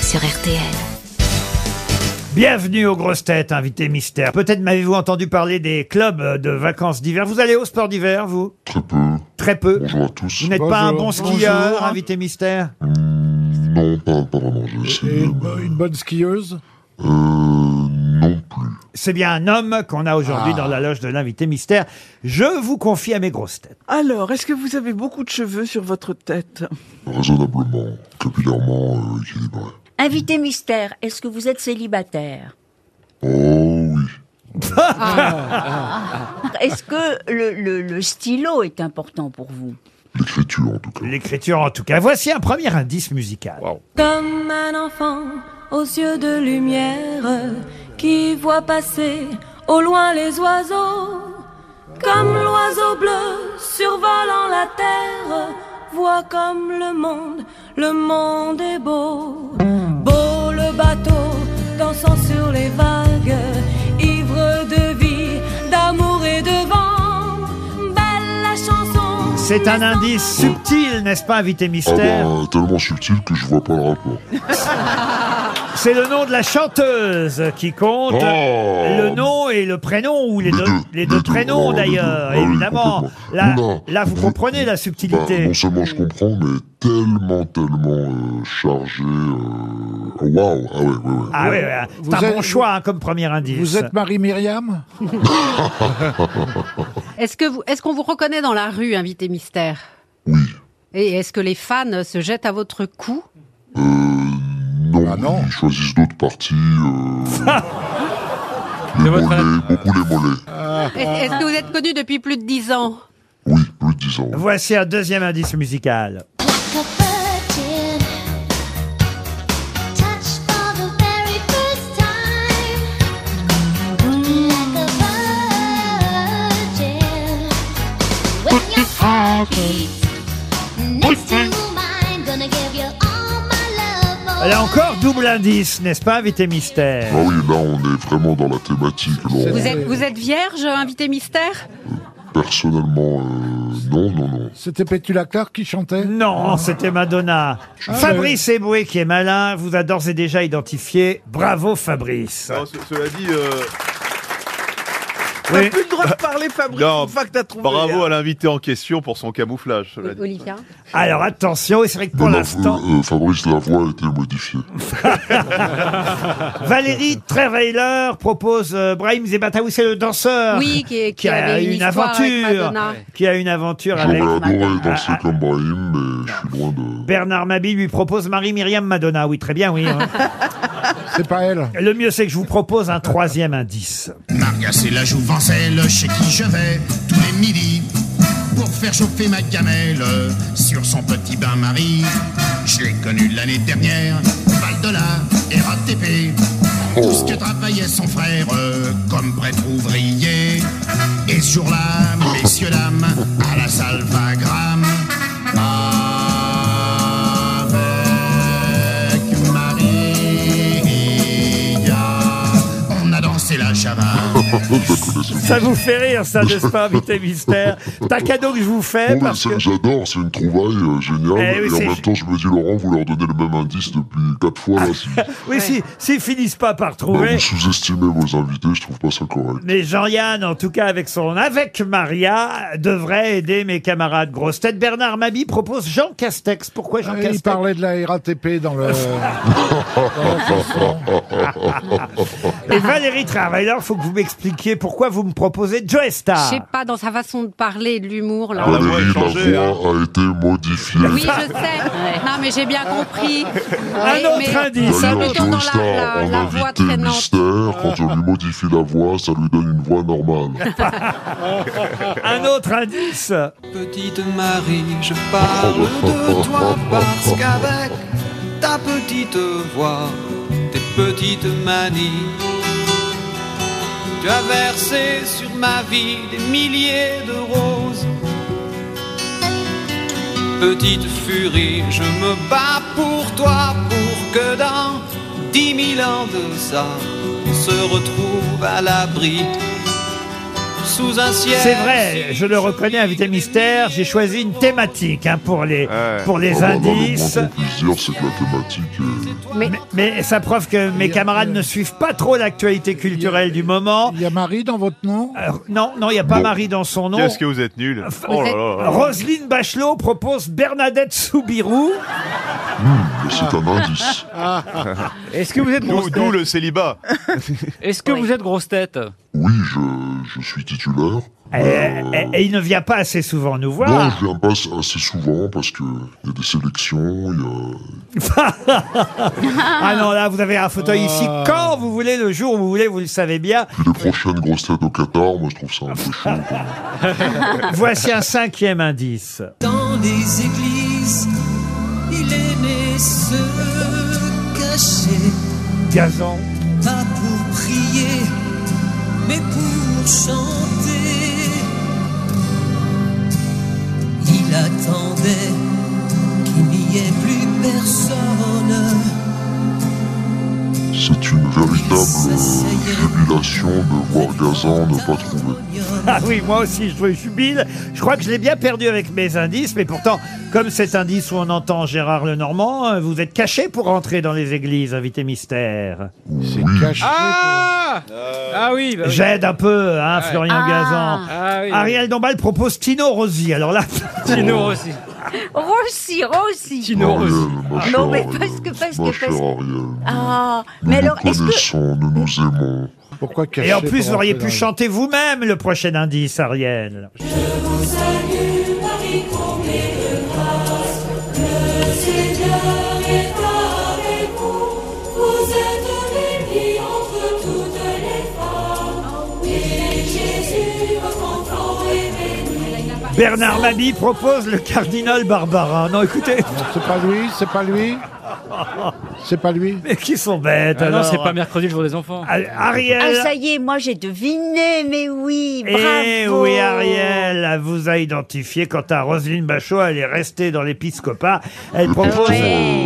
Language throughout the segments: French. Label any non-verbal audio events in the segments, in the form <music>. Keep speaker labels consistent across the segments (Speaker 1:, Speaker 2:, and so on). Speaker 1: sur RTL.
Speaker 2: Bienvenue aux grosses têtes, invité mystère. Peut-être m'avez-vous entendu parler des clubs de vacances d'hiver. Vous allez au sport d'hiver, vous
Speaker 3: Très peu.
Speaker 2: Très peu.
Speaker 3: Bonjour à tous.
Speaker 2: Vous n'êtes pas un bon
Speaker 4: Bonjour.
Speaker 2: skieur,
Speaker 4: Bonjour.
Speaker 2: invité mystère
Speaker 3: Hmm, Non, pas, pas vraiment. J'ai
Speaker 4: Et
Speaker 3: essayé.
Speaker 4: une,
Speaker 5: ben.
Speaker 3: mais,
Speaker 4: une bonne skieuse
Speaker 3: Euh, non plus.
Speaker 2: C'est bien un homme qu'on a aujourd'hui dans la loge de l'invité mystère. Je vous confie à mes grosses têtes.
Speaker 6: Alors, est-ce que vous avez beaucoup de cheveux sur votre tête
Speaker 3: Raisonnablement, capillairement euh, équilibré.
Speaker 7: Invité mystère, est-ce que vous êtes célibataire
Speaker 3: Oh oui.
Speaker 7: Est-ce que le, le- le stylo est important pour vous
Speaker 3: L'écriture, en tout cas.
Speaker 2: L'écriture en tout cas. Voici un premier indice musical.
Speaker 8: Comme un enfant aux yeux de lumière qui voit passer au loin les oiseaux. Comme l'oiseau bleu survolant la terre, voit comme le monde, le monde est beau. Beau le bateau dansant sur les vagues, ivre de vie, d'amour et de vent. Belle la chanson.
Speaker 2: C'est un indice subtil, n'est-ce pas, invité
Speaker 3: Ah
Speaker 2: mystère
Speaker 3: bah, tellement subtil que je vois pas le rapport.
Speaker 2: C'est le nom de la chanteuse qui compte.
Speaker 3: Oh.
Speaker 2: Le nom et le prénom, ou les
Speaker 3: Les
Speaker 2: deux,
Speaker 3: deux,
Speaker 2: les
Speaker 3: les
Speaker 2: deux
Speaker 3: deux,
Speaker 2: prénoms
Speaker 3: non, les deux.
Speaker 2: d'ailleurs,
Speaker 3: Ah oui,
Speaker 2: évidemment.
Speaker 3: complètement.
Speaker 2: Là,
Speaker 3: Oula.
Speaker 2: là, vous
Speaker 3: Vous-
Speaker 2: comprenez la
Speaker 3: Bah,
Speaker 2: subtilité.
Speaker 3: non seulement je comprends, mais tellement, tellement euh, chargé. euh, Waouh. Ah ouais, ouais, ouais.
Speaker 2: Ah oui, oui, c'est
Speaker 4: Vous
Speaker 2: un
Speaker 4: êtes-
Speaker 2: bon choix hein, comme premier indice.
Speaker 4: Vous
Speaker 2: <laughs>
Speaker 4: êtes Marie-Myriam
Speaker 9: Est-ce que vous, est-ce qu'on vous reconnaît dans la rue, invité mystère
Speaker 3: Oui.
Speaker 9: Et est-ce que les fans se jettent à votre cou
Speaker 3: Euh, non,
Speaker 4: Ah non.
Speaker 3: ils choisissent d'autres parties. Euh... les
Speaker 10: votre
Speaker 3: mollets, beaucoup les mollets.
Speaker 9: Est- Est-ce que vous êtes connu depuis plus de dix ans
Speaker 3: Oui, plus de 10 ans.
Speaker 2: Voici un deuxième indice musical. Là encore, double indice, n'est-ce pas, invité mystère
Speaker 3: Ah oui, là on est vraiment dans la thématique. Laurent.
Speaker 9: Vous êtes, vous êtes vierge, invité mystère
Speaker 3: Personnellement, euh, non, non, non.
Speaker 4: C'était Pétula Clark qui chantait
Speaker 2: Non, c'était Madonna.
Speaker 3: Ah
Speaker 2: Fabrice Eboué, qui est malin, vous a d'ores et déjà identifié. Bravo, Fabrice.
Speaker 10: Non, ce- cela dit, euh,
Speaker 6: T'as
Speaker 2: Oui.
Speaker 6: plus le droit
Speaker 10: <laughs>
Speaker 6: de parler, Fabrice,
Speaker 10: Non,
Speaker 6: une fois que t'as trouvé. hein.
Speaker 10: bravo à l'invité en question pour son camouflage. cela dit.
Speaker 9: Olivia
Speaker 2: Alors attention, et c'est vrai que pour
Speaker 3: Mais la-
Speaker 2: l'instant,
Speaker 3: euh, euh, Fabrice, la voix a été modifiée.
Speaker 4: <laughs>
Speaker 2: Valérie Trevailer propose euh, Brahim Zebataoui, c'est le danseur
Speaker 9: Oui, qui, est- qui
Speaker 2: qui a
Speaker 9: avait une,
Speaker 2: une
Speaker 9: histoire avec
Speaker 2: aventure.
Speaker 9: Madonna.
Speaker 2: qui a une aventure
Speaker 3: J'aurais
Speaker 2: avec
Speaker 3: adoré
Speaker 2: Ah,
Speaker 3: danser
Speaker 2: ah,
Speaker 3: comme Brahim, mais je suis loin de. <laughs>
Speaker 2: Bernard Mabi lui propose Marie-Myriam Madonna. Oui, très bien, oui. hein.
Speaker 4: <laughs> C'est pas elle
Speaker 2: Le mieux, c'est que je vous propose un troisième indice.
Speaker 5: Maria, c'est la jouvencelle chez qui je vais tous les midis pour faire chauffer ma gamelle sur son petit bain-marie. Je l'ai connue l'année dernière, Val de la RATP. Tout ce que travaillait son frère euh, comme prêtre ouvrier. Et ce jour-là, messieurs, dames, à la salle Vagram, avec Maria, on a dansé la java.
Speaker 2: Ça vous fait rire, ça, n'est-ce pas, invité mystère C'est un cadeau que je vous fais
Speaker 3: Bon, mais
Speaker 2: Eh, parce
Speaker 3: c'est-
Speaker 2: que...
Speaker 3: j'adore, c'est une trouvaille euh, géniale.
Speaker 2: Eh oui,
Speaker 3: et en
Speaker 2: c'est-
Speaker 3: même temps, je me dis, Laurent, vous leur donnez le même indice depuis quatre fois. Là,
Speaker 2: <laughs>
Speaker 3: si-
Speaker 2: Oui, si, s'ils finissent pas par
Speaker 3: Bah,
Speaker 2: trouver...
Speaker 3: vous sous-estimez vos invités, je trouve pas ça correct.
Speaker 2: Mais Jean-Yann, en tout cas avec son Avec Maria, devrait aider mes camarades grosses têtes. Bernard Mabi propose Jean Castex. Pourquoi Jean
Speaker 4: Euh, Il
Speaker 2: Castex
Speaker 4: parlait de la RATP dans le...
Speaker 2: Et Valérie Travailer, faut que vous m'expliquiez pourquoi vous me proposez Joe
Speaker 9: Je
Speaker 2: Star.
Speaker 9: sais pas, dans sa façon de parler, de l'humour, là.
Speaker 10: Ah, la voix a
Speaker 3: Valérie,
Speaker 10: changé,
Speaker 3: la voix
Speaker 2: hein.
Speaker 3: a été modifiée.
Speaker 9: Oui, je sais. Non, mais j'ai bien compris.
Speaker 2: Un
Speaker 9: Oui,
Speaker 2: autre
Speaker 9: mais-
Speaker 2: indice.
Speaker 9: Ça
Speaker 3: D'ailleurs,
Speaker 9: me tourne
Speaker 3: Joe
Speaker 9: dans
Speaker 3: Star,
Speaker 9: la, la-
Speaker 3: en
Speaker 9: la voix
Speaker 3: invité
Speaker 9: traînante.
Speaker 3: mystère, quand on lui modifie la voix, ça lui donne une voix normale.
Speaker 2: Un autre indice.
Speaker 5: Petite Marie, je
Speaker 3: <laughs>
Speaker 5: parle de toi parce qu'avec ta petite voix, tes petites manies, tu as versé sur ma vie des milliers de roses. Petite furie, je me bats pour toi, pour que dans dix mille ans de ça, on se retrouve à l'abri
Speaker 1: sous un ciel.
Speaker 2: C'est vrai, je le reconnais, invité mystère. J'ai choisi une thématique hein, pour les, pour les
Speaker 3: Ah bah, dans le
Speaker 2: indices.
Speaker 3: bon plusieurs, c'est que la thématique. euh,
Speaker 2: Mais, mais ça prouve que mes camarades ne suivent pas trop l'actualité culturelle du moment. Il y a Marie dans votre nom Non, non, il n'y a pas Marie dans son nom.
Speaker 10: Qu'est-ce que vous êtes nul. Oh là là là.
Speaker 2: Roselyne Bachelot propose Bernadette Soubirou.
Speaker 3: c'est un indice.
Speaker 11: Est-ce que vous êtes grosse
Speaker 10: D'où
Speaker 11: tête
Speaker 10: d'où le célibat.
Speaker 11: Est-ce que vous êtes grosse tête
Speaker 3: Oui, je, je suis titulaire.
Speaker 2: Et, et- et il ne vient pas assez souvent nous
Speaker 3: Non,
Speaker 2: voir.
Speaker 3: je viens pas assez souvent parce que il y a des sélections, il y a.
Speaker 2: ah non, là, vous avez un fauteuil ici quand vous voulez, le jour où vous voulez, vous le savez bien.
Speaker 3: Puis les prochaines grosses têtes au Qatar, moi je trouve ça un peu chaud. quoi.
Speaker 2: Voici un cinquième indice.
Speaker 1: Dans les églises, il aimait se cacher.
Speaker 2: Gazan.
Speaker 1: Pas pour prier, mais pour chanter. Il attendait qu'il n'y ait plus personne.
Speaker 3: C'est une véritable euh, jubilation de voir Gazan ne pas trouver.
Speaker 2: Ah oui, moi aussi, je me jubile. Je crois que je l'ai bien perdu avec mes indices, mais pourtant, comme cet indice où on entend Gérard Lenormand, euh, vous êtes caché pour rentrer dans les églises, invité mystère. C'est caché.
Speaker 11: Ah Ah oui bah oui.
Speaker 2: J'aide un peu, hein,
Speaker 11: Ouais.
Speaker 2: Florian
Speaker 11: Ah.
Speaker 2: Gazan.
Speaker 11: Ah oui, bah Ah oui.
Speaker 2: Ariel Dombal propose Tino Rossi. Alors là,
Speaker 11: Tino Rossi.
Speaker 7: Rossi, Rossi.
Speaker 3: ma
Speaker 7: Ah Non, mais
Speaker 3: chère
Speaker 7: parce que, parce
Speaker 3: Ma
Speaker 7: que,
Speaker 3: chère
Speaker 7: parce que.
Speaker 3: Ariel, nous
Speaker 7: Ah, mais
Speaker 3: nous
Speaker 7: alors, est-ce que.
Speaker 3: connaissons, nous nous aimons. Pourquoi
Speaker 2: Et en plus, vous auriez pu chanter vous-même le prochain indice, Ariel.
Speaker 8: Vous salue, Marie, comblée de grâce. Le Seigneur est avec vous. Vous êtes bénie entre toutes les femmes. Et Jésus, votre enfant, est béni.
Speaker 2: Bernard Mabi propose le cardinal Barbarin. Non, écoutez.
Speaker 4: C'est pas lui, c'est pas lui. C'est pas lui.
Speaker 2: Mais qui sont bêtes
Speaker 11: Ah non, c'est pas
Speaker 2: alors
Speaker 11: mercredi le jour des enfants.
Speaker 2: Ariel.
Speaker 7: Ah, ça y est, moi j'ai deviné, mais oui, bravo.
Speaker 2: Eh oui, Ariel vous a identifié. Quant à Roselyne Bachot, elle est restée dans l'épiscopat.
Speaker 4: Ah,
Speaker 2: Elle propose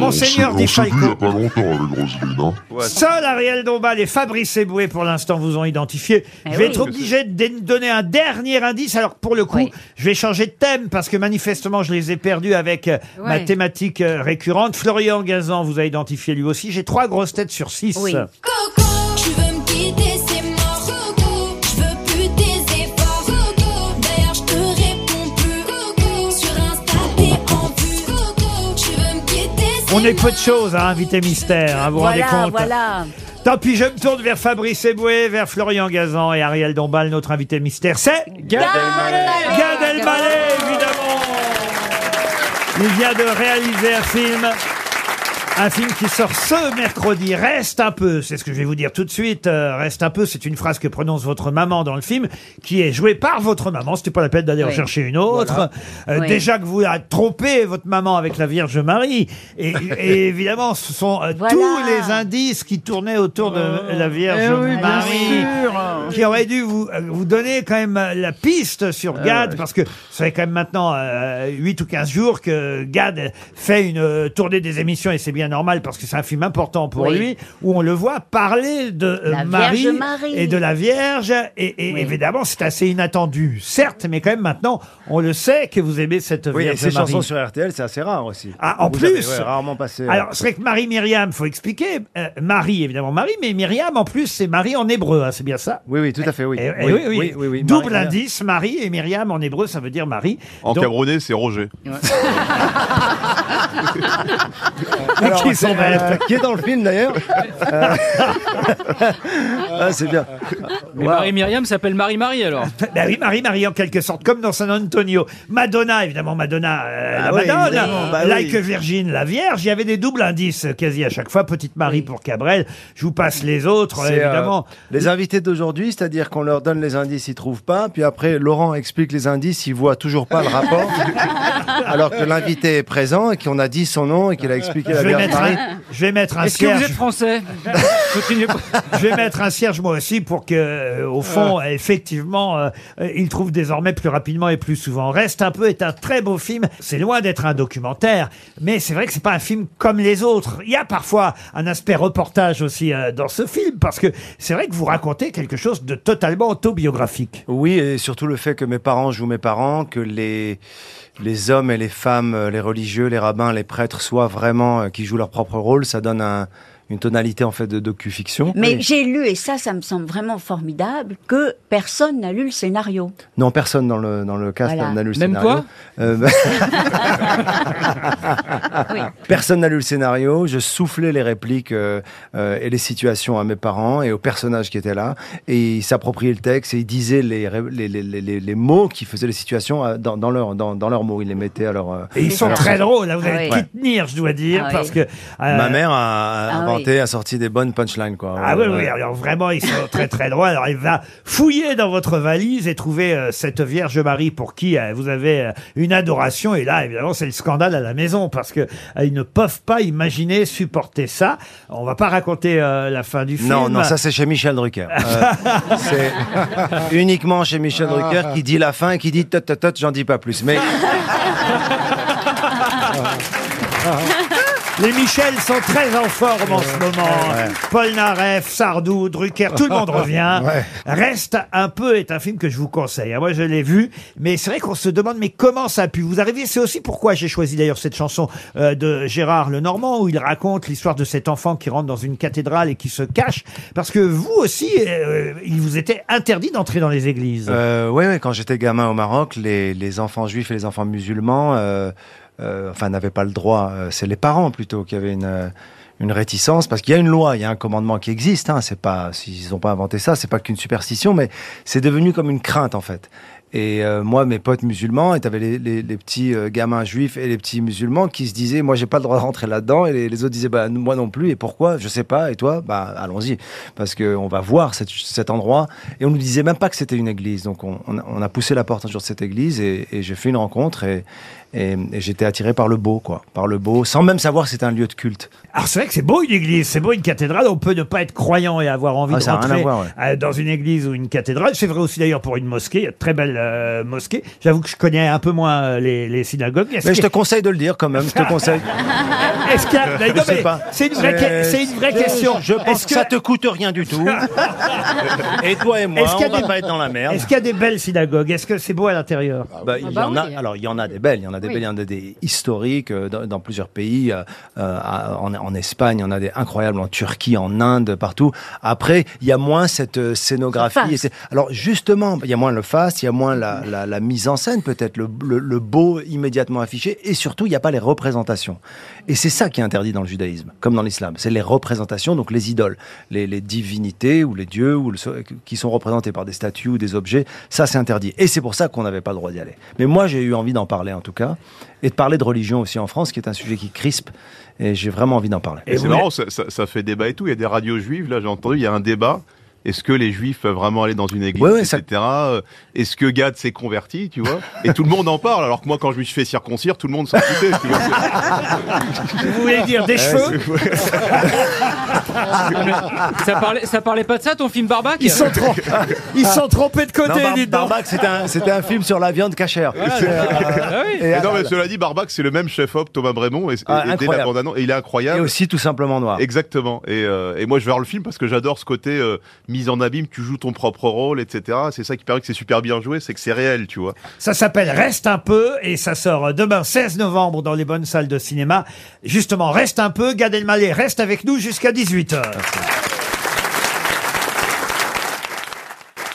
Speaker 2: Monseigneur
Speaker 3: euh, on
Speaker 2: Di
Speaker 3: s'est vu il n'y a
Speaker 2: Falco.
Speaker 3: pas longtemps avec Roselyne. Hein.
Speaker 2: Seul Ariel Dombal et Fabrice Eboué, pour l'instant, vous ont identifié.
Speaker 7: Eh
Speaker 2: je vais
Speaker 7: oui.
Speaker 2: être obligé de dé- donner un dernier indice. Alors, pour le coup, je vais changer de thème parce que manifestement, je les ai perdus avec euh, ma
Speaker 7: Ouais.
Speaker 2: thématique euh, récurrente. Florian Gazan vous a identifié lui aussi. J'ai trois grosses têtes sur six.
Speaker 8: Coco, tu veux me quitter, c'est mort. Coco, je veux plus tes efforts. Coco, d'ailleurs, je te réponds plus. Coco, sur Insta, t'es en vue. Coco, tu veux me quitter,
Speaker 2: On est peu de choses, hein, invité mystère, hein, vous vous rendez
Speaker 7: Voilà,
Speaker 2: compte
Speaker 7: voilà.
Speaker 2: Tant pis, je me tourne vers Fabrice Eboué, vers Florian Gazan et Ariel Dombal, notre invité mystère. C'est Gad Elmaleh Gad Elmaleh, évidemment Il vient de réaliser un film. Un film qui sort ce mercredi. Reste un peu, c'est ce que je vais vous dire tout de suite. Euh, reste un peu, c'est une phrase que prononce votre maman dans le film, qui est jouée par votre maman. C'était pas la peine d'aller en
Speaker 12: Oui.
Speaker 2: chercher une autre.
Speaker 12: Voilà.
Speaker 2: Euh,
Speaker 12: Oui.
Speaker 2: Déjà que vous a trompé votre maman avec la Vierge Marie. Et, et
Speaker 12: <laughs>
Speaker 2: évidemment, ce sont euh, tous les indices qui tournaient autour de la Vierge
Speaker 6: Eh oui, bien
Speaker 2: Marie
Speaker 6: sûr.
Speaker 2: qui aurait dû vous, euh, vous donner quand même euh, la piste sur Gad, parce que ça fait quand même maintenant euh, 8 ou 15 jours que Gad fait une euh, tournée des émissions, et c'est bien normal parce que c'est un film important pour
Speaker 7: Oui.
Speaker 2: lui, où on le voit parler de euh,
Speaker 7: La
Speaker 2: Marie,
Speaker 7: Vierge Marie.
Speaker 2: et de la Vierge, et, et évidemment c'est assez inattendu, certes, mais quand même maintenant on le sait que vous aimez cette
Speaker 12: Oui, et
Speaker 2: Vierge
Speaker 12: ces
Speaker 2: Marie.
Speaker 12: chansons sur RTL, c'est assez rare aussi.
Speaker 2: Ah, en
Speaker 12: Vous
Speaker 2: plus
Speaker 12: avez, ouais, rarement passé. euh,
Speaker 2: Alors, c'est vrai que Marie-Myriam, faut expliquer. euh, Marie, évidemment, Marie, mais Myriam, en plus, c'est Marie en hébreu, hein, c'est bien ça
Speaker 12: euh, Oui, oui, tout à fait, oui.
Speaker 2: Eh, eh
Speaker 12: Oui,
Speaker 2: oui, oui.
Speaker 12: oui, oui, oui,
Speaker 2: Double
Speaker 12: Marie-
Speaker 2: indice, Marie et Myriam en hébreu, ça veut dire Marie.
Speaker 10: En
Speaker 2: Donc-
Speaker 10: cabronné, c'est Roger.
Speaker 12: alors,
Speaker 2: qui sont
Speaker 12: c'est,
Speaker 2: bêtes.
Speaker 12: euh, qui est dans le film d'ailleurs. Euh, <laughs> ah, c'est bien.
Speaker 11: Mais Marie-Myriam s'appelle Marie-Marie alors.
Speaker 2: <laughs> Ben oui, Marie-Marie, en quelque sorte, comme dans San Antonio. Madonna, évidemment, Madonna, euh,
Speaker 12: Ah
Speaker 2: la
Speaker 12: oui,
Speaker 2: Madonna,
Speaker 12: évidemment, bah
Speaker 2: Like
Speaker 12: oui.
Speaker 2: Virgin, la Vierge, il y avait des doubles indices euh, quasi à chaque fois. Petite Marie pour Cabrel, je vous passe les autres, euh,
Speaker 12: C'est, euh,
Speaker 2: évidemment.
Speaker 12: les invités d'aujourd'hui, c'est-à-dire qu'on leur donne les indices, ils trouvent pas. Puis après, Laurent explique les indices, ils voient toujours pas
Speaker 2: <laughs>
Speaker 12: le rapport. alors que l'invité est présent et qu'on a dit son nom et qu'il a expliqué
Speaker 2: Je
Speaker 12: la
Speaker 2: vais,
Speaker 12: Vierge
Speaker 2: mettre
Speaker 12: Marie.
Speaker 2: un, je vais mettre un <laughs>
Speaker 11: Est-ce que vous
Speaker 2: cierge.
Speaker 11: êtes français Continuez pas.
Speaker 2: Je vais mettre un recherche moi aussi pour que, euh, au fond,
Speaker 11: Ah.
Speaker 2: effectivement, euh, euh, il trouve désormais plus rapidement et plus souvent. Reste un peu est un très beau film. C'est loin d'être un documentaire, mais c'est vrai que c'est pas un film comme les autres. Il y a parfois un aspect reportage aussi euh, dans ce film parce que c'est vrai que vous racontez quelque chose de totalement autobiographique.
Speaker 12: Oui, et surtout le fait que mes parents jouent mes parents, que les, les hommes et les femmes, euh, les religieux, les rabbins, les prêtres soient vraiment euh, qui jouent leur propre rôle, ça donne un- une tonalité en fait de docu-fiction.
Speaker 7: Mais j'ai lu, et ça, ça me semble vraiment formidable, que personne n'a lu le scénario.
Speaker 12: Non, personne dans le, dans le cast
Speaker 7: Voilà.
Speaker 12: n'a lu le
Speaker 7: Même
Speaker 12: scénario.
Speaker 7: toi
Speaker 2: <laughs>
Speaker 12: Euh, bah- Personne n'a lu le scénario. Je soufflais les répliques euh, euh, et les situations à mes parents et aux personnages qui étaient là. Et ils s'appropriaient le texte et ils disaient les, ré- les, les, les- les- les mots qui faisaient les situations euh, dans, dans, leur, dans, dans leurs mots. Ils les mettaient à leur. euh,
Speaker 2: Et ils sont
Speaker 12: à leur
Speaker 2: très
Speaker 12: sauce.
Speaker 2: drôles, hein, vous allez
Speaker 12: Ouais.
Speaker 2: tout tenir, je dois dire,
Speaker 12: Ah oui.
Speaker 2: parce que... euh,
Speaker 12: Ma mère a
Speaker 2: Ah
Speaker 12: inventé,
Speaker 2: oui.
Speaker 12: a sorti des bonnes punchlines, quoi.
Speaker 2: Ah oui,
Speaker 12: Ouais.
Speaker 2: oui, alors vraiment, ils sont très très loin. Alors il va fouiller dans votre valise et trouver euh, cette Vierge Marie pour qui euh, vous avez euh, une adoration. Et là, évidemment, c'est le scandale à la maison parce que euh, ils ne peuvent pas imaginer supporter ça. On va pas raconter euh, la fin du film.
Speaker 12: Non, non, ça c'est chez Michel Drucker. Euh, c'est uniquement chez Michel Drucker qui dit la fin et qui dit tot tot tot, j'en dis pas plus. Mais
Speaker 2: Les Michel sont très en forme en ce moment. Paul Naref, Sardou, Drucker, tout le monde revient.
Speaker 1: Ouais.
Speaker 2: Reste un peu est un film que je vous conseille. hein. Moi, je l'ai vu, mais c'est vrai qu'on se demande, mais comment ça a pu vous arriver C'est aussi pourquoi j'ai choisi d'ailleurs cette chanson euh, de Gérard Lenormand, où il raconte l'histoire de cet enfant qui rentre dans une cathédrale et qui se cache, parce que vous aussi, euh, il vous était interdit d'entrer dans les églises.
Speaker 12: Euh, ouais, ouais, quand j'étais gamin au Maroc, les, les enfants juifs et les enfants musulmans, euh, euh, enfin, n'avaient pas le droit. Euh, C'est les parents plutôt qui avaient une euh, une réticence parce qu'il y a une loi, il y a un commandement qui existe. Hein, c'est pas s'ils n'ont pas inventé ça, c'est pas qu'une superstition, mais c'est devenu comme une crainte en fait. Et euh, moi, mes potes musulmans, et t'avais les, les, les petits euh, gamins juifs et les petits musulmans qui se disaient, moi, j'ai pas le droit de rentrer là-dedans. Et les, les autres disaient, bah, nous, moi non plus. Et pourquoi Je sais pas. Et toi Bah, allons-y. Parce qu'on va voir cette- cet endroit. Et on nous disait même pas que c'était une église. Donc, on, on a- on a poussé la porte un jour de cette église et, et j'ai fait une rencontre et, et- et j'étais attiré par le beau, quoi. Par le beau, sans même savoir que c'était un lieu de culte.
Speaker 2: Alors c'est vrai que c'est beau une église, c'est beau une cathédrale, on peut ne pas être croyant et avoir envie
Speaker 12: Ah,
Speaker 2: de
Speaker 12: ça a rien
Speaker 2: rentrer
Speaker 12: à voir, ouais.
Speaker 2: euh, dans une église ou une cathédrale. C'est vrai aussi d'ailleurs pour une mosquée, il y a de très belle mosquées. mosquée. J'avoue que je connais un peu moins euh, les, les synagogues.
Speaker 12: Mais je te conseille de le dire quand même, je te conseille.
Speaker 2: Est-ce qu'il y a-
Speaker 12: Je
Speaker 2: Non,
Speaker 12: sais
Speaker 2: mais
Speaker 12: pas.
Speaker 2: C'est une vraie, que- c'est <laughs> une vraie
Speaker 12: je-
Speaker 2: question.
Speaker 12: Je pense
Speaker 2: Est-ce
Speaker 12: que ça te coûte rien du
Speaker 2: <laughs>
Speaker 12: tout. et toi et moi,
Speaker 2: Est-ce qu'il y a
Speaker 12: on va
Speaker 2: des-
Speaker 12: pas être dans la merde.
Speaker 2: Est-ce qu'il y a des belles synagogues Est-ce que c'est beau à l'intérieur
Speaker 12: Bah, il y en a, alors il y en a des belles, il y en a des
Speaker 2: Oui.
Speaker 12: belles, il y en a des historiques euh, dans, dans plusieurs pays, euh, euh, à- en, en Espagne, il y en a des incroyables en Turquie, en Inde, partout. Après, il y a moins cette euh, scénographie. et c'est- alors justement, il y a moins le faste, il y a moins la, la- la mise en scène peut-être, le, le- le beau immédiatement affiché, et surtout il n'y a pas les représentations. Et c'est ça qui est interdit dans le judaïsme, comme dans l'islam, c'est les représentations, donc les idoles, les, les divinités ou les dieux ou le- qui sont représentés par des statues ou des objets, ça c'est interdit. Et c'est pour ça qu'on n'avait pas le droit d'y aller. Mais moi j'ai eu envie d'en parler en tout cas, et de parler de religion aussi en France, qui est un sujet qui crispe, et j'ai vraiment envie d'en parler.
Speaker 10: Et c'est marrant, ça, ça- ça fait débat et tout. Il y a des radios juives, là, j'ai entendu, il y a un débat. Est-ce que les juifs peuvent vraiment aller dans une église, etc. Euh, Est-ce que Gad s'est converti, tu vois Et tout le monde en parle, alors que moi, quand je me suis fait circoncire, tout le monde s'en foutait. tu
Speaker 12: Ah,
Speaker 10: vois.
Speaker 2: Vous voulez dire des
Speaker 10: Ouais,
Speaker 2: cheveux
Speaker 11: ça, parlait, ça parlait pas de ça, ton film Barbac
Speaker 2: Ils sont trop- ils sont trompés de côté,
Speaker 12: Non, Bar-
Speaker 2: dites donc.
Speaker 12: Barbac, c'était un, c'était un film sur la viande cachère. euh,
Speaker 10: Ah Et non, mais cela dit, Barbac, c'est le même chef-op, Thomas Brémond, et, et-
Speaker 12: Ah,
Speaker 10: et dès la
Speaker 12: incroyable.
Speaker 10: bande-annonce, et il est incroyable.
Speaker 12: Et aussi tout simplement noir.
Speaker 10: Exactement. Et, euh, et moi, je vais voir le film parce que j'adore ce côté euh, mise en abîme, tu joues ton propre rôle, etc. C'est ça qui paraît que c'est super bien joué, c'est que c'est réel, tu vois.
Speaker 2: Ça s'appelle Reste un peu et ça sort euh, demain 16 novembre dans les bonnes salles de cinéma. Justement, Reste un peu, Gad Elmaleh reste avec nous jusqu'à 18h.